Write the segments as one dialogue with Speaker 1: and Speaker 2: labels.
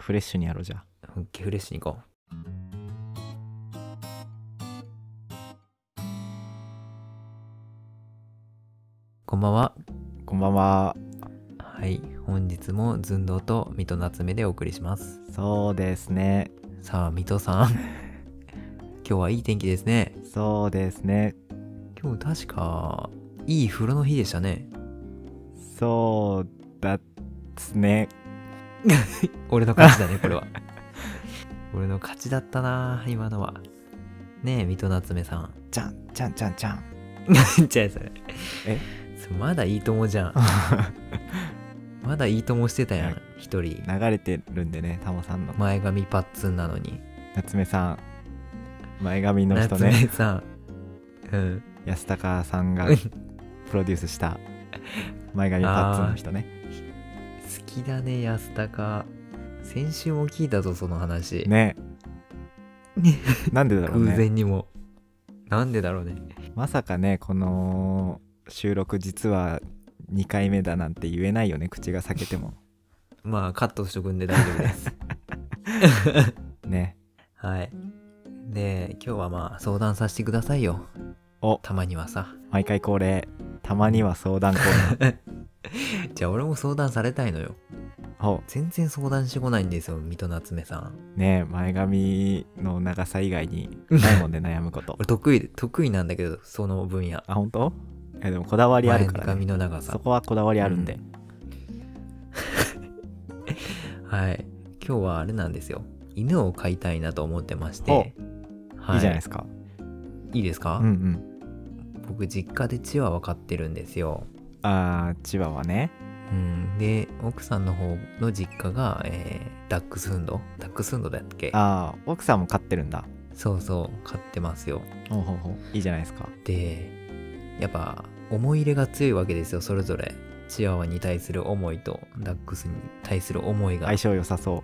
Speaker 1: フレッシュにやろうじゃあ
Speaker 2: うんゲフレッシュに行こうこんばんは
Speaker 1: こんばんは
Speaker 2: はい本日も寸胴と水戸夏目でお送りします
Speaker 1: そうですね
Speaker 2: さあ水戸さん 今日はいい天気ですね
Speaker 1: そうですね
Speaker 2: 今日確かいい風呂の日でしたね
Speaker 1: そうだっすね
Speaker 2: 俺の勝ちだ ねこれは俺の勝ちだったな今のはねえ水戸夏目さ ん
Speaker 1: じゃんじゃんじゃんじゃん
Speaker 2: なんちゃいそれ
Speaker 1: え
Speaker 2: それまだいいともじゃんまだいいともしてたやん一人
Speaker 1: 流れてるんでねタモさんの
Speaker 2: 前髪パッツンなのに、
Speaker 1: 夏目さん前髪の人
Speaker 2: 夏目
Speaker 1: ね
Speaker 2: さんうん
Speaker 1: 安高さんが
Speaker 2: うん
Speaker 1: プロデュースした前髪パッツンの人ね
Speaker 2: 好きだね安高先週も聞いたぞその 話、
Speaker 1: ね
Speaker 2: ね
Speaker 1: なんでだろう
Speaker 2: 偶
Speaker 1: ね
Speaker 2: 然にもなんでだろうね
Speaker 1: まさかねこの収録実は2回目だなんて言えないよね口が裂けても
Speaker 2: まあカットしとくんで大丈夫です
Speaker 1: ね
Speaker 2: はいで今日はまあ相談させてくださいよ
Speaker 1: お
Speaker 2: たまにはさ
Speaker 1: 毎回恒例たまには相談コー
Speaker 2: じゃあ俺も相談されたいのよ
Speaker 1: ナーほ
Speaker 2: 全然相談してこないんですよ水戸夏目さん
Speaker 1: うね前髪の長さ以外にないもんで悩む こと
Speaker 2: 俺得意得意なんだけどその分野
Speaker 1: あ本当えでもこだわりあ
Speaker 2: 前
Speaker 1: るから、ね、
Speaker 2: 髪の長
Speaker 1: そ
Speaker 2: さ
Speaker 1: こはこだわりあるんで、
Speaker 2: はい今日はあれなんですよ犬を飼いたいなと思ってまして、
Speaker 1: ほ
Speaker 2: はい
Speaker 1: いじゃないですか
Speaker 2: いいですか、
Speaker 1: うんうん
Speaker 2: 僕実家でチワワ飼ってるんですよ、
Speaker 1: あー千葉はね
Speaker 2: うん、で奥さんの方の実家が、えーダックスフンドダックスフンドだっけ
Speaker 1: あー奥さんも飼ってるんだ
Speaker 2: そうそう飼ってますよ
Speaker 1: ほうほうほういいじゃないですか
Speaker 2: でやっぱ思い入れが強いわけですよそれぞれチワワに対する思いとダックスに対する思いが
Speaker 1: 相性良さそ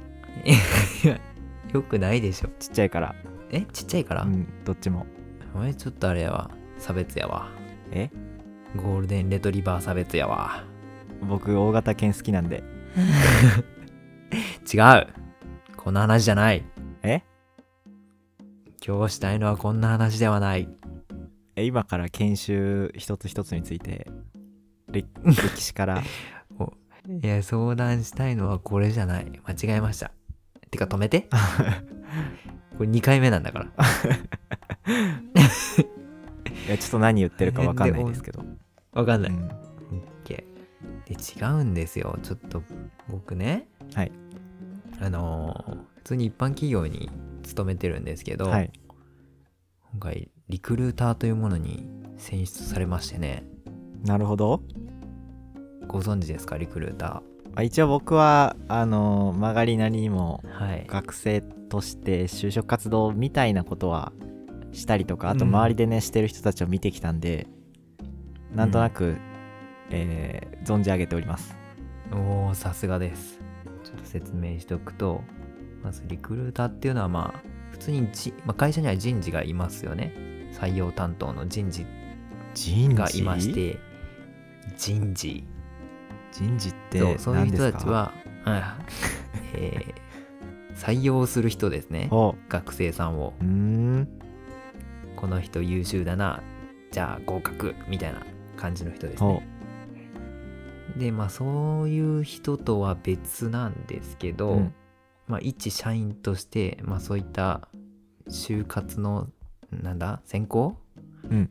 Speaker 1: う
Speaker 2: よくないでしょ
Speaker 1: ちっちゃいから
Speaker 2: えちっちゃいから、
Speaker 1: うんどっちも
Speaker 2: お前ちょっとあれやわ差別やわ
Speaker 1: え
Speaker 2: ゴールデンレトリバー差別やわ
Speaker 1: 僕大型犬好きなんで
Speaker 2: 違うこの話じゃない
Speaker 1: え
Speaker 2: 今日したいのはこんな話ではない
Speaker 1: え今から研修一つ一つについて歴歴史 から
Speaker 2: いや相談したいのはこれじゃない間違えましたてか止 めてこれ2回目なんだから
Speaker 1: いやちょっと何言ってるか分かんないですけど、
Speaker 2: わかん
Speaker 1: う
Speaker 2: ない、
Speaker 1: ん、
Speaker 2: OK で違うんですよちょっと僕ね
Speaker 1: はい
Speaker 2: あのー普通に一般企業に勤めてるんですけど、
Speaker 1: はい
Speaker 2: 今回リクルーターというものに選出されましてね
Speaker 1: なるほど
Speaker 2: ご存知ですかリクルータ
Speaker 1: あ一応僕はあの曲がりなりにも
Speaker 2: ーはい
Speaker 1: 学生として就職活動みたいなことはしたりとかあと
Speaker 2: うん
Speaker 1: 周りでね、してる人たちを見てきたんでなんとなく、えー存じ上げております
Speaker 2: おおさすがですちょっと説明しておくとまずリクルーターっていうのはまあ普通にじ、まあ、会社には人事がいますよね採用担当の人事
Speaker 1: 人
Speaker 2: がいまして人事
Speaker 1: 人事って
Speaker 2: そうそういう
Speaker 1: 何です
Speaker 2: 人
Speaker 1: か
Speaker 2: たちは、はい えー採用する人ですね
Speaker 1: おう
Speaker 2: 学生さんを
Speaker 1: ーん
Speaker 2: この人優秀だなじゃあ合格みたいな感じの人です
Speaker 1: お
Speaker 2: ねでまあそういう人とは別なんですけど、
Speaker 1: うん
Speaker 2: まあ一社員として、まあ、そういった就活のなんだ選考、
Speaker 1: うん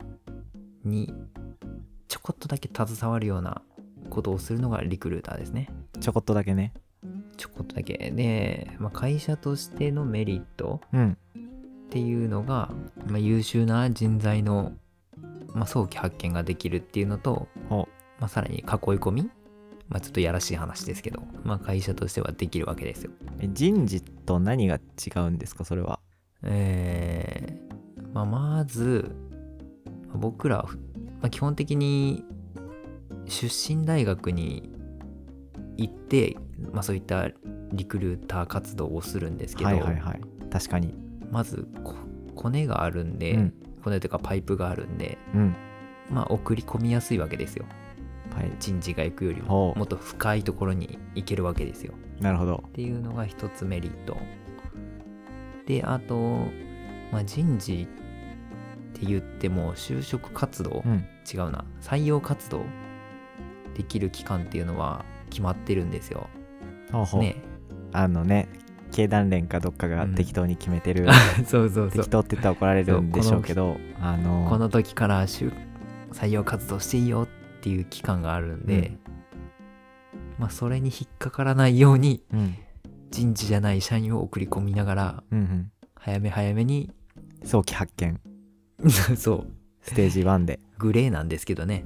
Speaker 2: にちょこっとだけ携わるようなことをするのがリクルーターですね
Speaker 1: ちょこっとだけね
Speaker 2: ちょこっとだけで、まあ、会社としてのメリット
Speaker 1: うん
Speaker 2: っていうのが、まあ、優秀な人材の、まあ、早期発見ができるっていうのと、
Speaker 1: ほ
Speaker 2: まあ、さらに囲い込み、まあ、ちょっとやらしい話ですけど、まあ、会社としてはできるわけですよ。
Speaker 1: え人事と何が違うんですかそれは
Speaker 2: えーまあ、まずまあ僕らは、まあ、基本的に出身大学に行って、まあ、そういったリクルーター活動をするんですけど、
Speaker 1: はいはいはい確かに
Speaker 2: まずこコネがあるんで、
Speaker 1: うん
Speaker 2: コネというかパイプがあるんで、
Speaker 1: うん
Speaker 2: まあ、送り込みやすいわけですよ
Speaker 1: はい
Speaker 2: 人事が行くよりも
Speaker 1: ほう
Speaker 2: もっと深いところに行けるわけですよ
Speaker 1: なるほど
Speaker 2: っていうのが一つメリットであと、まあ、人事って言っても就職活動、
Speaker 1: うん
Speaker 2: 違うな採用活動できる期間っていうのは決まってるんですよ。
Speaker 1: ほうほう
Speaker 2: ね
Speaker 1: あのね経団連かどっかが適当に決めて る、
Speaker 2: そうそうそう
Speaker 1: 適当って言ったら怒られるんでしょうけどあの
Speaker 2: この時から就採用活動していいよっていう期間があるんで、まあそれに引っかからないように
Speaker 1: うん
Speaker 2: 人事じゃない社員を送り込みながら
Speaker 1: うん
Speaker 2: 早め早めに
Speaker 1: うん、早期発見
Speaker 2: そう
Speaker 1: ステージ1で
Speaker 2: グレーなんですけどね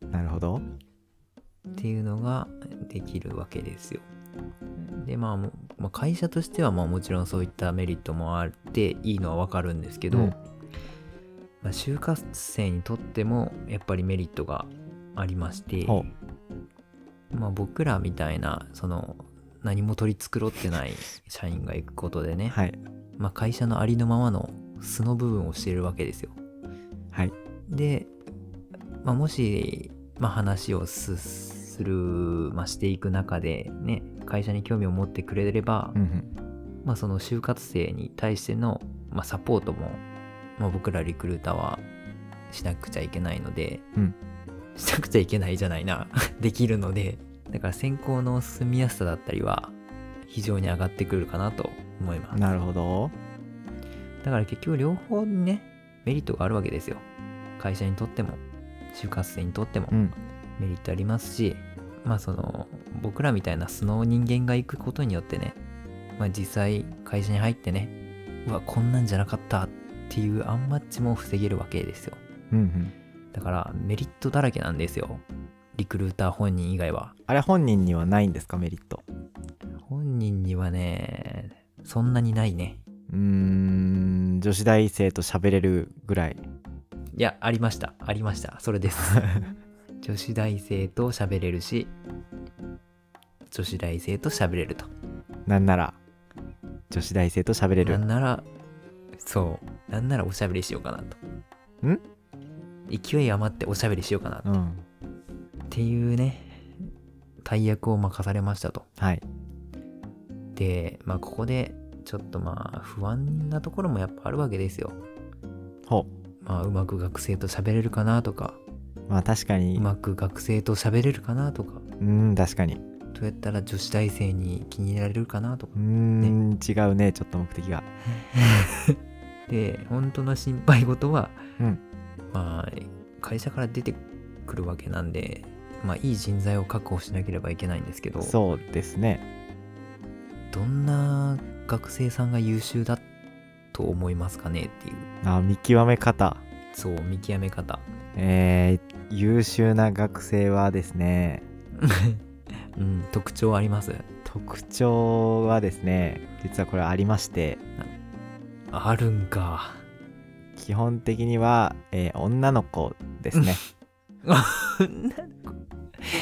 Speaker 1: なるほど
Speaker 2: っていうのができるわけですよ。でまあもう、まあ会社としてはまあもちろんそういったメリットもあっていいのはわかるんですけど、
Speaker 1: うん
Speaker 2: まあ、就活生にとってもやっぱりメリットがありまして、
Speaker 1: ほ
Speaker 2: まあ、僕らみたいなその何も取り繕ってない社員が行くことでね、
Speaker 1: はい
Speaker 2: まあ、会社のありのままの素の部分をしているわけですよ。
Speaker 1: はい
Speaker 2: で、まあ、もし、まあ、話をすする、まあ、していく中でね会社に興味を持ってくれれば、
Speaker 1: うんうん
Speaker 2: まあ、その就活生に対しての、まあ、サポートも、まあ、僕らリクルーターはしなくちゃいけないので、
Speaker 1: うん
Speaker 2: しなくちゃいけないじゃない なできるのでだから選考の進みやすさだったりは非常に上がってくるかなと思います
Speaker 1: なるほど
Speaker 2: だから結局両方にねメリットがあるわけですよ会社にとっても就活生にとっても
Speaker 1: うん
Speaker 2: メリットありますし、まあその僕らみたいな素の人間が行くことによってね、まあ、実際会社に入ってねうわこんなんじゃなかったっていうアンマッチも防げるわけですよ
Speaker 1: うんうん
Speaker 2: だからメリットだらけなんですよリクルーター本人以外は
Speaker 1: あれ本人にはないんですかメリット
Speaker 2: 本人にはねそんなにないね
Speaker 1: うーん女子大生と喋れるぐらい
Speaker 2: いやありましたありましたそ れです女子大生と喋れるし女子大生と喋れると
Speaker 1: なんなら女子大生と喋れ
Speaker 2: な
Speaker 1: る
Speaker 2: んならそうなんならおしゃべりしようかなと
Speaker 1: ん
Speaker 2: 勢い余っておしゃべりしようかな
Speaker 1: う
Speaker 2: っ
Speaker 1: ん
Speaker 2: ていうね大役を任されましたと
Speaker 1: はい
Speaker 2: でまあここでちょっとまあ不安なところもやっぱあるわけですよ
Speaker 1: ほ
Speaker 2: まあうまく学生と喋れるかなとか
Speaker 1: うまあ確かに
Speaker 2: うまく学生と喋れるかなとか
Speaker 1: うん確かにう
Speaker 2: どうやったら女子大生に気に入られるかなとか
Speaker 1: ーん、違うねちょっと目的が
Speaker 2: で本当の心配事は、
Speaker 1: うん
Speaker 2: まあ会社から出てくるわけなんでまあいい人材を確保しなければいけないんですけど
Speaker 1: そうですね
Speaker 2: どんな学生さんが優秀だと思いますかねっていう
Speaker 1: あ見極め方
Speaker 2: そう見極め方
Speaker 1: えー、優秀な学生はですね
Speaker 2: うん特徴あります
Speaker 1: 特徴はですね実はこれありまして
Speaker 2: あるんか
Speaker 1: 基本的には、えー女の子です ね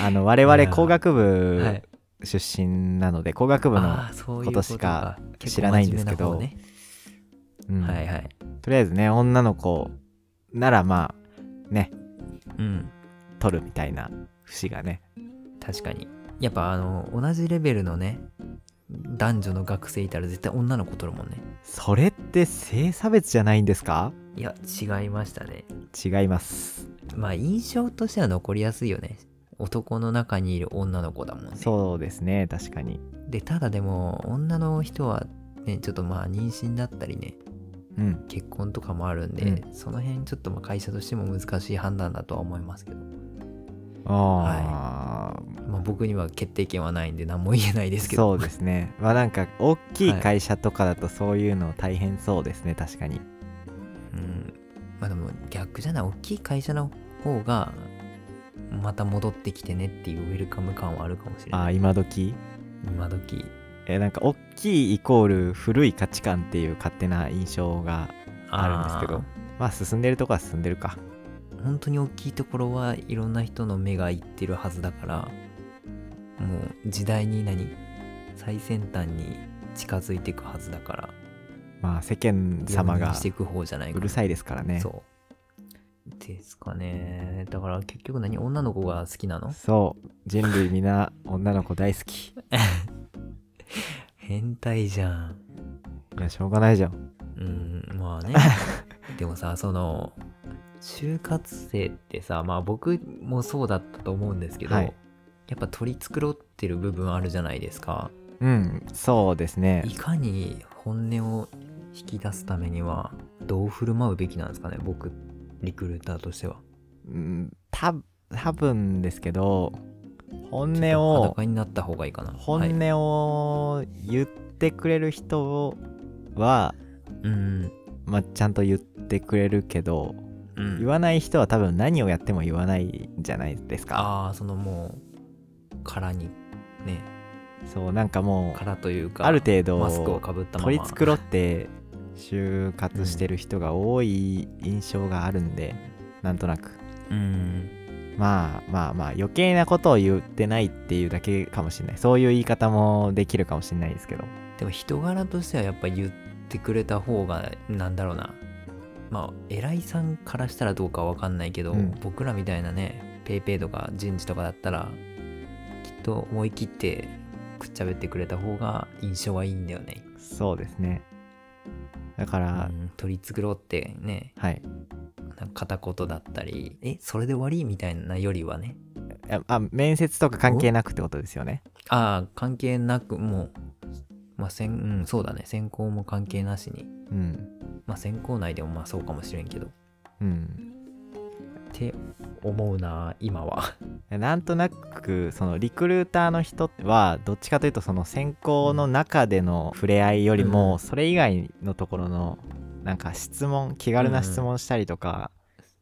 Speaker 1: あの我
Speaker 2: い
Speaker 1: 々
Speaker 2: やー
Speaker 1: 工学
Speaker 2: は
Speaker 1: 部
Speaker 2: い
Speaker 1: 出身なので、工学部の、
Speaker 2: あーそういう
Speaker 1: ことしか
Speaker 2: こと結構
Speaker 1: 知らないんですけど
Speaker 2: 真面目な
Speaker 1: うん
Speaker 2: 方ねはいはい
Speaker 1: とりあえずね女の子ならまあね
Speaker 2: うん
Speaker 1: 取るみたいな節がね
Speaker 2: 確かにやっぱあの同じレベルのね男女の学生いたら絶対女の子取るもんね
Speaker 1: それって性差別じゃないんですか
Speaker 2: いや違いましたね
Speaker 1: 違います
Speaker 2: まあ印象としては残りやすいよね男の中にいる女の子だもんね
Speaker 1: そうですね確かに
Speaker 2: でただでも女の人はねちょっとまあ妊娠だったりね
Speaker 1: うん
Speaker 2: 結婚とかもあるんで、その辺ちょっとまあ会社としても難しい判断だとは思いますけど、
Speaker 1: ああ、
Speaker 2: まあ、僕には決定権はないんで何も言えないですけ
Speaker 1: そ
Speaker 2: ど
Speaker 1: うですねまあなんか大きい会社とかだとそういうの大変そうですね確かに
Speaker 2: うん、まあでも逆じゃない大きい会社の方がまた戻ってきてねっていうウェルカム感はあるかもしれ
Speaker 1: あ
Speaker 2: な
Speaker 1: あ
Speaker 2: い
Speaker 1: 今時
Speaker 2: 今時
Speaker 1: えなんか大きいイコール古い価値観っていう勝手な印象があるんですけどまあ進んでるとこは進んでるか
Speaker 2: ど本当に大きいところはいろんな人の目がいってるはずだからもう時代に何最先端に近づいていくはずだから
Speaker 1: まあ世間様
Speaker 2: 容認
Speaker 1: が
Speaker 2: していく方じゃないか
Speaker 1: うるさいですからね
Speaker 2: そうですかねだから結局何女の子が好きなの
Speaker 1: そう人類みんな女の子大好き
Speaker 2: 変態じゃん
Speaker 1: いやしょうがないじゃん
Speaker 2: うんま あねでもさその就活生ってさまあ僕もそうだったと思うんですけど、
Speaker 1: はい
Speaker 2: やっぱ取り繕ってる部分あるじゃないですか
Speaker 1: うんそうですね
Speaker 2: いかに本音を引き出すためにはどう振る舞うべきなんですかね僕リクルーターとしては
Speaker 1: うんた多分ですけど本
Speaker 2: ち
Speaker 1: 音
Speaker 2: ょっと
Speaker 1: を
Speaker 2: 裸になった方がいいかなはい
Speaker 1: 本音を言ってくれる人は、
Speaker 2: うん
Speaker 1: まあ、ちゃんと言ってくれるけど
Speaker 2: うん
Speaker 1: 言わない人は多分何をやっても言わないんじゃないですか
Speaker 2: ああそのもう殻にね
Speaker 1: そうなんかもう
Speaker 2: 殻というか
Speaker 1: ある程度
Speaker 2: マスクをかぶったまま
Speaker 1: 取り繕って就活してる人が多い印象があるんで、なんとなく
Speaker 2: うん
Speaker 1: まあまあまあ余計なことを言ってないっていうだけかもしれないそういう言い方もできるかもしれないですけど
Speaker 2: でも人柄としてはやっぱ言ってくれた方がなんだろうなまあ偉いさんからしたらどうかわかんないけど、
Speaker 1: うん
Speaker 2: 僕らみたいなねペイペイとか人事とかだったらきっと思い切ってくっちゃべってくれた方が印象はいいんだよね、
Speaker 1: そうですねだから、
Speaker 2: うん取り繕ってね
Speaker 1: はい
Speaker 2: なんか片言だったりえそれで終わりみたいなよりはね
Speaker 1: ああ面接とか関係なくってことですよね
Speaker 2: ああ関係なくもうまあ選うんそうだね選考も関係なしに
Speaker 1: うん
Speaker 2: まあ選考内でもまあそうかもしれんけどっ
Speaker 1: うん
Speaker 2: て思うな今は
Speaker 1: なんとなくそのリクルーターの人はどっちかというとその選考の中での触れ合いより
Speaker 2: う
Speaker 1: も
Speaker 2: ん
Speaker 1: それ以外のところのなんか質問気軽な質問したりとか、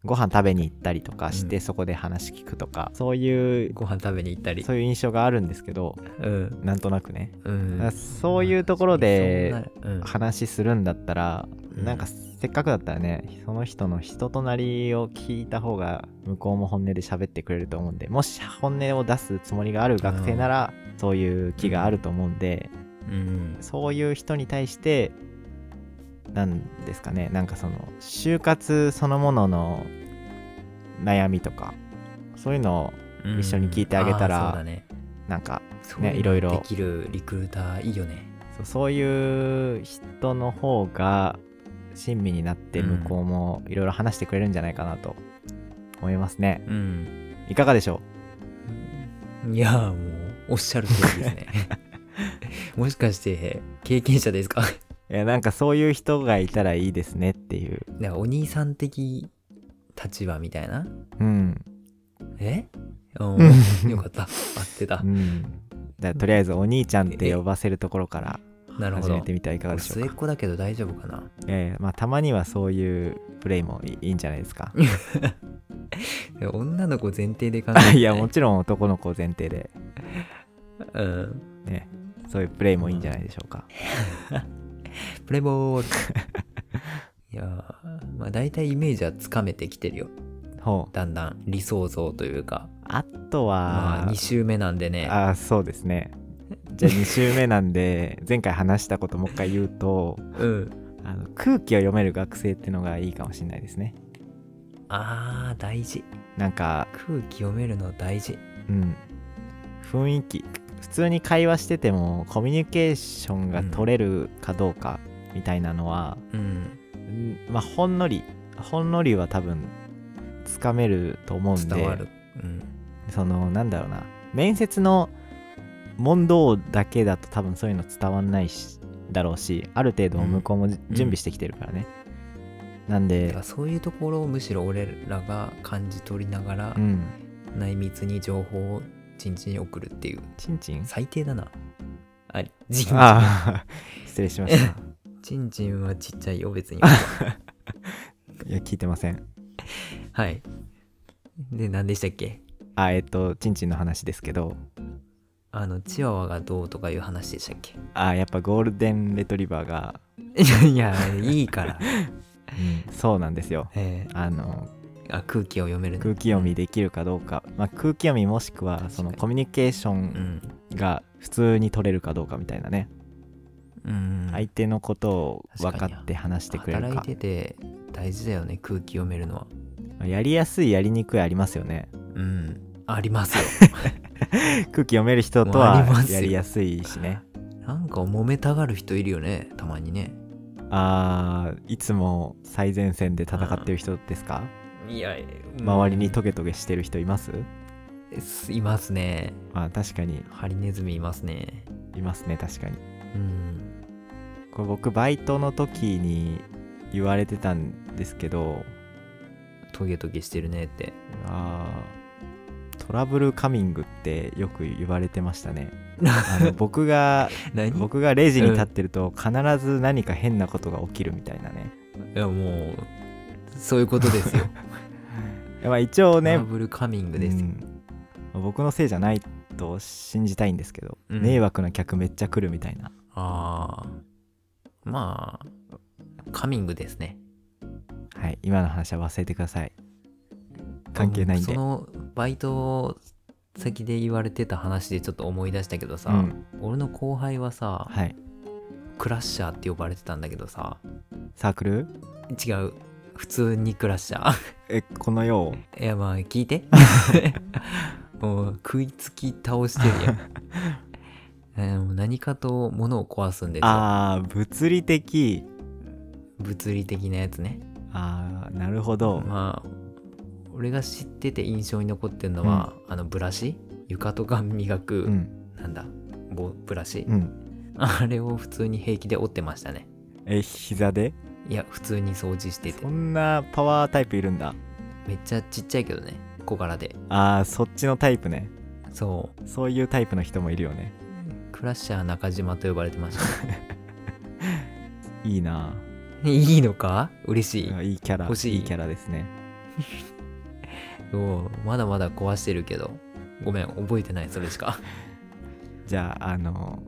Speaker 1: ご飯食べに行ったりとかして
Speaker 2: うん
Speaker 1: そこで話聞くとか、そういう
Speaker 2: ご飯食べに行ったり
Speaker 1: そういう印象があるんですけど
Speaker 2: うん
Speaker 1: なんとなくねだ
Speaker 2: う
Speaker 1: から
Speaker 2: ん
Speaker 1: そういうところで
Speaker 2: まあそんな
Speaker 1: 話するんだったら、
Speaker 2: うん
Speaker 1: なんかせっかくだったらねその人の人となりを聞いた方が向こうも本音で喋ってくれると思うんでもし本音を出すつもりがある学生なら、そういう気があると思うんで、
Speaker 2: うんうん
Speaker 1: そういう人に対してなんですかねなんかその就活そのものの悩みとかそういうのを
Speaker 2: うん
Speaker 1: 一緒に聞いてあげたら
Speaker 2: ああそうだね
Speaker 1: なんか
Speaker 2: そううの
Speaker 1: ねいろいろ
Speaker 2: できるリクルーターいいよね
Speaker 1: そうそういう人の方が親身になって
Speaker 2: うん
Speaker 1: 向こうもいろいろ話してくれるんじゃないかなと思いますね。
Speaker 2: うん
Speaker 1: いかがでしょ
Speaker 2: いやーもうおっしゃる通 りですねもしかして経験者ですか
Speaker 1: ういやなんかそういう人がいたらいいですねっていう。
Speaker 2: なんかお兄さん的立場みたいな
Speaker 1: うん。
Speaker 2: えう
Speaker 1: うん
Speaker 2: んよかった合ってた
Speaker 1: うん、だからとりあえずお兄ちゃんって呼ばせるところから
Speaker 2: なるほ
Speaker 1: 始
Speaker 2: ど
Speaker 1: めてみてはいかが
Speaker 2: 俺
Speaker 1: でしょ
Speaker 2: 末
Speaker 1: う
Speaker 2: っ
Speaker 1: か。
Speaker 2: 子だけど大丈夫かな
Speaker 1: ええまあたまにはそういうプレイもいいいいんじゃ ないですか。
Speaker 2: え女の子前提で考え
Speaker 1: いやもちろん男の子前提で
Speaker 2: ろん、うん、
Speaker 1: ねそういうプレイもいいんじゃないでしょうか。
Speaker 2: プレイボール いやーまあ大体イメージはつかめてきてるよ
Speaker 1: ほう。
Speaker 2: だんだん理想像というか
Speaker 1: あとは、
Speaker 2: まあ2週目なんでね
Speaker 1: あーそうですねじゃあ2週目なん で前回話したこともう一回言うと
Speaker 2: うん
Speaker 1: あの空気を読める学生ってのがいいかもしれないですね
Speaker 2: あー大事
Speaker 1: なんか
Speaker 2: 空気読めるの大事
Speaker 1: うん雰囲気普通に会話しててもコミュニケーションが取れるかどうかみたいなのは、
Speaker 2: うん
Speaker 1: うんまあほんのりほんのりは多分つかめると思うんで
Speaker 2: 伝わるうん
Speaker 1: そのなんだろうな面接の問答だけだと多分そういうの伝わんないしだろうしある程度向こうもじ準備してきてるからね、なん
Speaker 2: だか
Speaker 1: で
Speaker 2: らそういうところをむしろ俺らが感じ取りながら、
Speaker 1: うん
Speaker 2: 内密に情報をちんちんに送るっていう
Speaker 1: ちんちん
Speaker 2: 最低だなあちん
Speaker 1: ああ失礼しました
Speaker 2: ちんちんはちっちゃい よ別に
Speaker 1: いや聞いてません
Speaker 2: はいで何でしたっけ
Speaker 1: あえっとちんちんの話ですけど
Speaker 2: あのチワワがどうとかいう話でしたっけ
Speaker 1: あやっぱゴールデンレトリバーが、
Speaker 2: いやいやいいから、
Speaker 1: そうなんですよ
Speaker 2: え
Speaker 1: あの
Speaker 2: ーあ空気を読める
Speaker 1: 空気読みできるかどうか、まあ、空気読みもしくはその
Speaker 2: 確かに
Speaker 1: コミュニケーショ
Speaker 2: う
Speaker 1: ン
Speaker 2: ん
Speaker 1: が普通に取れるかどうかみたいなね
Speaker 2: うん
Speaker 1: 相手のことを分かって話してくれる
Speaker 2: 働い
Speaker 1: か
Speaker 2: てて大事だよね空気読めるのは
Speaker 1: やりやすいやりにくいありますよね
Speaker 2: うんありますよ
Speaker 1: 空気読める人と
Speaker 2: まああ
Speaker 1: は
Speaker 2: りますよ
Speaker 1: やりやすいしね。
Speaker 2: なんか揉めたがる人いるよねたまにね
Speaker 1: あーいつも最前線で戦ってる人ですか、
Speaker 2: いや
Speaker 1: 周りにトゲトゲしてる人います
Speaker 2: いますね
Speaker 1: まあ確かに
Speaker 2: ハリネズミいますね
Speaker 1: いますね確かに
Speaker 2: うん
Speaker 1: これ僕バイトの時に言われてたんですけど
Speaker 2: トゲトゲしてるねって
Speaker 1: あートラブルカミングってよく言われてましたねあの僕が
Speaker 2: 何
Speaker 1: 僕がレジに立ってると必ず何か変なことが起きるみたいなね、
Speaker 2: いやもうそういうことですよ
Speaker 1: まあ、一応
Speaker 2: ト
Speaker 1: ね
Speaker 2: ラブルカミングですよ、
Speaker 1: うん僕のせいじゃないと信じたいんですけど、
Speaker 2: うん
Speaker 1: 迷惑な客めっちゃ来るみたいな
Speaker 2: ああまあカミングですね
Speaker 1: はい今の話は忘れてください関係ないんで
Speaker 2: あのそのバイト先で言われてた話でちょっと思い出したけどさ、
Speaker 1: うん
Speaker 2: 俺の後輩はさ
Speaker 1: はい
Speaker 2: クラッシャーって呼ばれてたんだけどさ
Speaker 1: サークル
Speaker 2: 違う普通にクラッシャ
Speaker 1: えこの世を
Speaker 2: ー いやまあ聞 いてもう食いつき倒してる やんえーもう何かと物を壊すんですよ
Speaker 1: あー物理的
Speaker 2: 物理的なやつね
Speaker 1: あーなるほど、
Speaker 2: まあ俺が知ってて印象に残ってるのは、あのブラシ床とか磨く、
Speaker 1: うん
Speaker 2: なんだ棒ブラシ、
Speaker 1: うん
Speaker 2: あれを普通に平気で折ってましたね
Speaker 1: え膝で
Speaker 2: いや普通に掃除してて
Speaker 1: そんなパワータイプいるんだ
Speaker 2: めっちゃちっちゃいけどね小柄で
Speaker 1: あーそっちのタイプね
Speaker 2: そう
Speaker 1: そういうタイプの人もいるよね
Speaker 2: クラッシャー中島と呼ばれてまし た
Speaker 1: いいない
Speaker 2: いのか嬉しい
Speaker 1: あいいキャラ
Speaker 2: 欲しい
Speaker 1: いキャラですね
Speaker 2: そうまだまだ壊してるけどごめん覚えてないそれしか
Speaker 1: じゃああの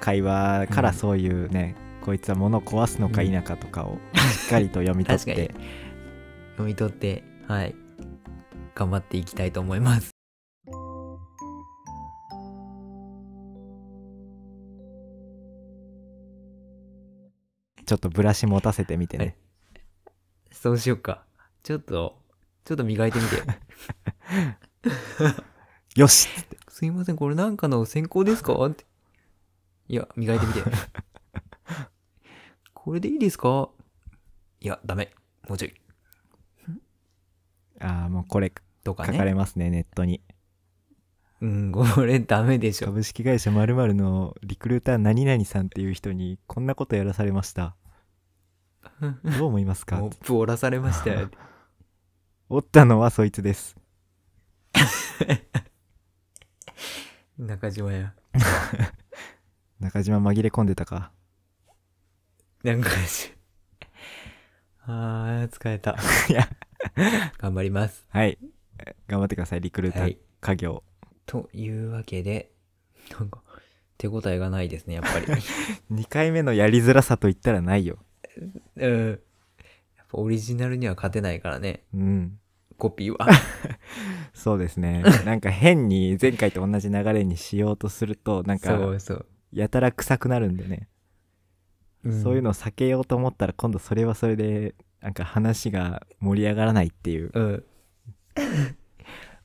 Speaker 1: 会話からそういうね、こいつは物を壊すのか否かとかをしっかりと読み 取っ
Speaker 2: 確
Speaker 1: て
Speaker 2: か読み取ってはい頑張っていきたいと思います
Speaker 1: ちょっとブラシ持たせてみてね、
Speaker 2: そうしようかちょっとちょっと磨いてみて よ
Speaker 1: よしっつって
Speaker 2: すいませんこれなんかの先行ですかっていや磨いてみ てこれでいいですかいやダメもうちょい
Speaker 1: ああもうこれ
Speaker 2: と
Speaker 1: 書
Speaker 2: かね
Speaker 1: かれますねネットに
Speaker 2: うんこれダメでしょ
Speaker 1: 株式会社〇〇のリクルーター何々さんっていう人にこんなことやらされま したどう思いますか
Speaker 2: モップ折らされましたよ
Speaker 1: おったのはそいつです
Speaker 2: 中島や
Speaker 1: 中島紛れ込んでたか
Speaker 2: なんかしあー疲れた
Speaker 1: いや
Speaker 2: 頑張ります
Speaker 1: はいえ頑張ってくださいリクルータ
Speaker 2: は
Speaker 1: ー
Speaker 2: い
Speaker 1: 家業、
Speaker 2: というわけでなんか手応えがないですねやっぱり
Speaker 1: 2回目のやりづらさと言ったらないよ
Speaker 2: うんやっぱオリジナルには勝てないからね
Speaker 1: うん
Speaker 2: コピーは
Speaker 1: そうです ねなんか変に前回と同じ流れにしようとするとなんか
Speaker 2: そうそう、
Speaker 1: やたら臭くなるんでね、
Speaker 2: ん
Speaker 1: そういうのを避けようと思ったら今度それはそれでなんか話が盛り上がらないっていう
Speaker 2: うん。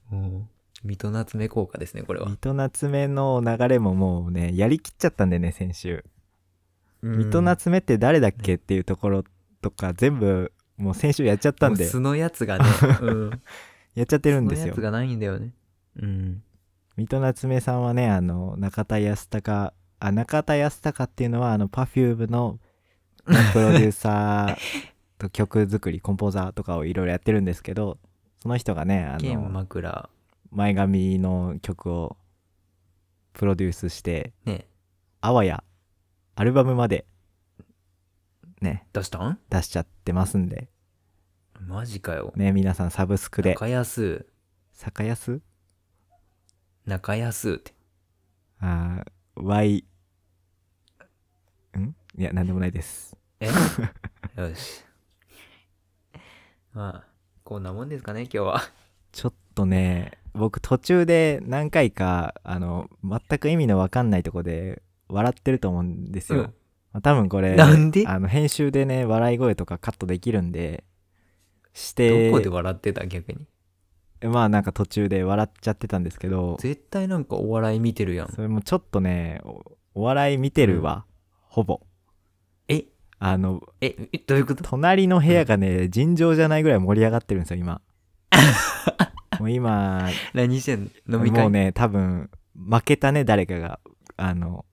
Speaker 2: もう、水戸夏目効果ですね、これは
Speaker 1: 水。戸夏目の流れももうねやりきっちゃったんでね先週水
Speaker 2: 水
Speaker 1: 戸夏目って誰だっけっていうところとか全部もう先週やっちゃったんで
Speaker 2: 素のやつがね、うん。
Speaker 1: やっちゃってるんで
Speaker 2: 素
Speaker 1: す
Speaker 2: のや
Speaker 1: よ
Speaker 2: つがないんだよね。うん。
Speaker 1: 水戸夏目さんはねあの中田康隆あ中田康隆っていうのはあの Perfume の まあプロデューサーと曲作りコンポーザーとかをいろいろやってるんですけどその人がねあ
Speaker 2: 剣
Speaker 1: の
Speaker 2: 枕、
Speaker 1: 前髪の曲をプロデュースして
Speaker 2: ね、
Speaker 1: あわやアルバムまでね
Speaker 2: 出したん
Speaker 1: 出しちゃってますんで
Speaker 2: マジかよ。
Speaker 1: ね皆さんサブスクで
Speaker 2: 中安、
Speaker 1: 酒安
Speaker 2: 中安って。
Speaker 1: あー Y んいや何でもないです
Speaker 2: えよし。まあ、こんなもんですかね、今日は。
Speaker 1: ちょっとね僕途中で何回かあの全く意味のわかんないとこで笑ってると思うんです よ、
Speaker 2: うん
Speaker 1: まあ多分これ
Speaker 2: なんで
Speaker 1: あの編集でね笑い声とかカットできるんでし
Speaker 2: ど
Speaker 1: て
Speaker 2: こで笑ってた、逆に。
Speaker 1: まあなんか途中で笑っちゃってたんですけど
Speaker 2: 絶対なんかお笑い見てるやん
Speaker 1: それもちょっとねおお笑い見てるわ、ほぼ
Speaker 2: え
Speaker 1: あの
Speaker 2: ええどういう こと
Speaker 1: 隣の部屋がね尋常じゃないぐらい盛り上がってるんですよ 今もう今
Speaker 2: 何してんの飲み会
Speaker 1: もうね多分負けたね誰かがあの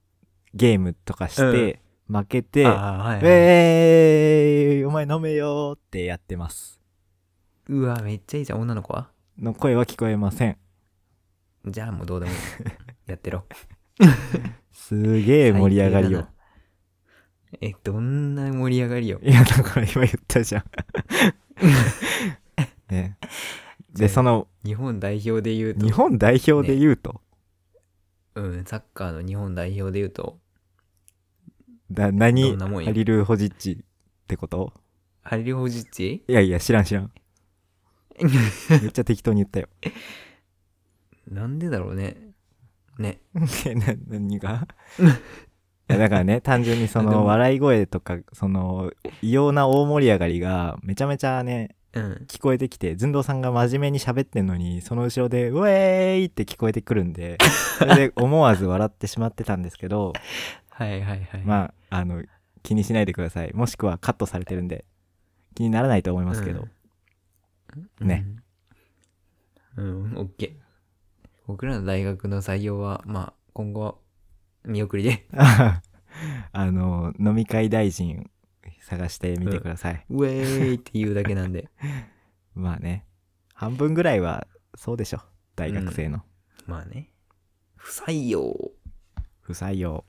Speaker 1: ゲームとかして、負けて「
Speaker 2: あーはい
Speaker 1: ウ
Speaker 2: はい
Speaker 1: ェーイお前飲めよ」ってやってます
Speaker 2: うわめっちゃいいじゃん女の子は
Speaker 1: の声は聞こえません
Speaker 2: じゃあもうど うでもいいやってろ
Speaker 1: すげえ盛り上がりよ
Speaker 2: 最低だなえどんな盛り上がりよ
Speaker 1: いやだから今言った じゃんねでその
Speaker 2: 日本代表で言うと
Speaker 1: 日本代表で言うと、
Speaker 2: うんサッカーの日本代表で言うと
Speaker 1: だ
Speaker 2: ど
Speaker 1: 何
Speaker 2: んなもん
Speaker 1: ハ
Speaker 2: よ
Speaker 1: リル・ホジッチってこと
Speaker 2: ハリル・ホジッチ
Speaker 1: いやいや知らん知ら んめっちゃ適当に言ったよ
Speaker 2: なんでだろうねね
Speaker 1: えな 何 がいやだからね単純にそ
Speaker 2: で
Speaker 1: の
Speaker 2: も
Speaker 1: 笑い声とかその異様な大盛り上がりがめちゃめちゃね
Speaker 2: うん
Speaker 1: 聞こえてきて寸胴さんが真面目に喋ってんのにその後ろで「ウェーイ!」って聞こえてくるんでそれ で思わず笑ってしまってたんですけど
Speaker 2: はいはいはい
Speaker 1: まああの気にしないでくださいもしくはカットされてるんで気にならないと思いますけど、
Speaker 2: うん
Speaker 1: ね
Speaker 2: うんオッケー僕らの大学の採用はまあ今後は見送りで
Speaker 1: あの飲み会大臣探してみてください、
Speaker 2: ウェーイって言うだけ なんで
Speaker 1: まあね半分ぐらいはそうでしょ大学生の、
Speaker 2: まあね不採用
Speaker 1: 不採用